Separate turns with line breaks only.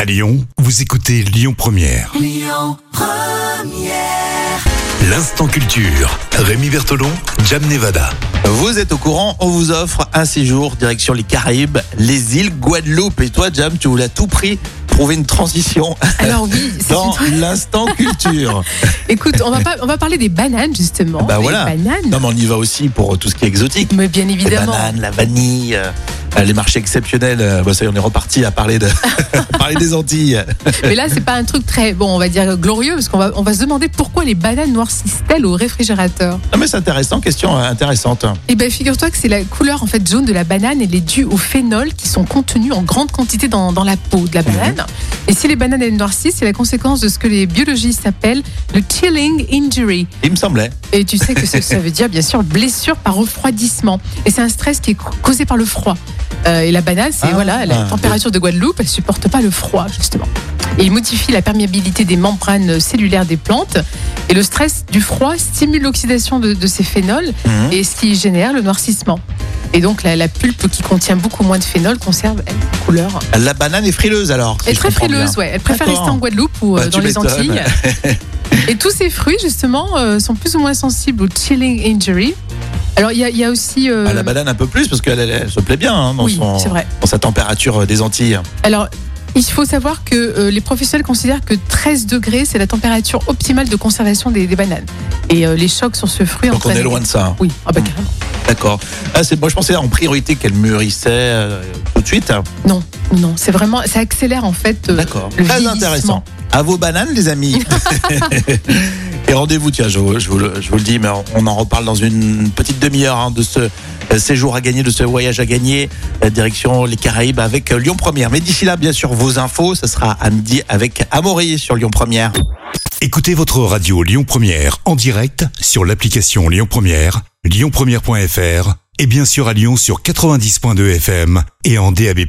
À Lyon, vous écoutez Lyon Première. Lyon Première. L'instant culture. Rémi Bertolon, Jam Nevada.
Vous êtes au courant, on vous offre un séjour direction les Caraïbes, les îles Guadeloupe. Et toi, Jam, tu voulais à tout prix trouver une transition
Alors oui, c'est
dans
une-
l'instant culture.
écoute, on va pas, on va parler des bananes justement.
Bah
des
voilà.
bananes.
non, mais on y va aussi pour tout ce qui est exotique.
Mais bien
Les
évidemment.
bananes, la vanille, euh, les marchés exceptionnels. Euh, bah ça y est, on est reparti à parler, de... à parler des Antilles.
Mais là, c'est pas un truc très, bon, on va dire glorieux, parce qu'on va, on va se demander pourquoi les bananes noircissent-elles au réfrigérateur.
Non, mais c'est intéressant, question euh, intéressante.
Eh ben, figure-toi que c'est la couleur en fait jaune de la banane, elle est due aux phénols qui sont contenus en grande quantité dans, dans la peau de la
Mhm.
banane. Et si les bananes elles noircissent, c'est la conséquence de ce que les biologistes appellent le chilling injury.
Il me semblait.
Et tu sais que ce- ça veut dire bien sûr blessure par refroidissement. Et c'est un stress qui est cau- causé par le froid. Euh, et la banane, c'est
Ah.
voilà, la température de Guadeloupe, elle supporte pas le froid justement. Et il modifie la perméabilité des membranes cellulaires des plantes. Et le stress du froid stimule l'oxydation de, de ces phénols
Mhm.
et ce qui génère le noircissement. Et donc la, la pulpe qui contient beaucoup moins de phénols conserve elle, sa couleur.
La banane est frileuse alors. si
Elle est
je
très
comprends bien.
frileuse, ouais. Elle préfère
D'accord.
rester en Guadeloupe ou euh,
Bah, tu
dans les
m'étonnes.
Antilles. Et tous ces fruits, justement, euh, sont plus ou moins sensibles au chilling injury. Alors, il y, a- il y a aussi. euh,
Ah, la banane un peu plus parce qu'elle elle- elle se plaît bien hein, dans,
oui,
son-
c'est vrai.
dans sa température euh, des Antilles.
Alors, il faut savoir que euh, les professionnels considèrent que 13 degrés, c'est la température optimale de conservation des, des bananes. Et euh, les chocs sur ce fruit
Donc on est
entraînent-
loin de ça. hein.
Oui, ah bah, carrément.
D'accord. Ah, c'est- moi je pensais en priorité qu'elle mûrissait euh, tout de suite.
Non, c'est vraiment. Ça accélère, en fait. euh,
D'accord.
le
Très
vieillissement.
intéressant. À vos bananes, les amis. Et rendez-vous, tiens, je, vous- je vous le, je vous le dis, mais on- on en reparle dans une petite demi-heure hein, de ce euh, séjour à gagner, de ce voyage à gagner, euh, direction les Caraïbes avec euh, Lyon Première. Mais d'ici là, bien sûr, vos infos, ça sera à midi avec Amaury sur Lyon Première.
Écoutez votre radio Lyon Première en direct sur l'application Lyon Première, lyonpremière.fr et bien sûr à Lyon sur 90.2 FM et en DAB+.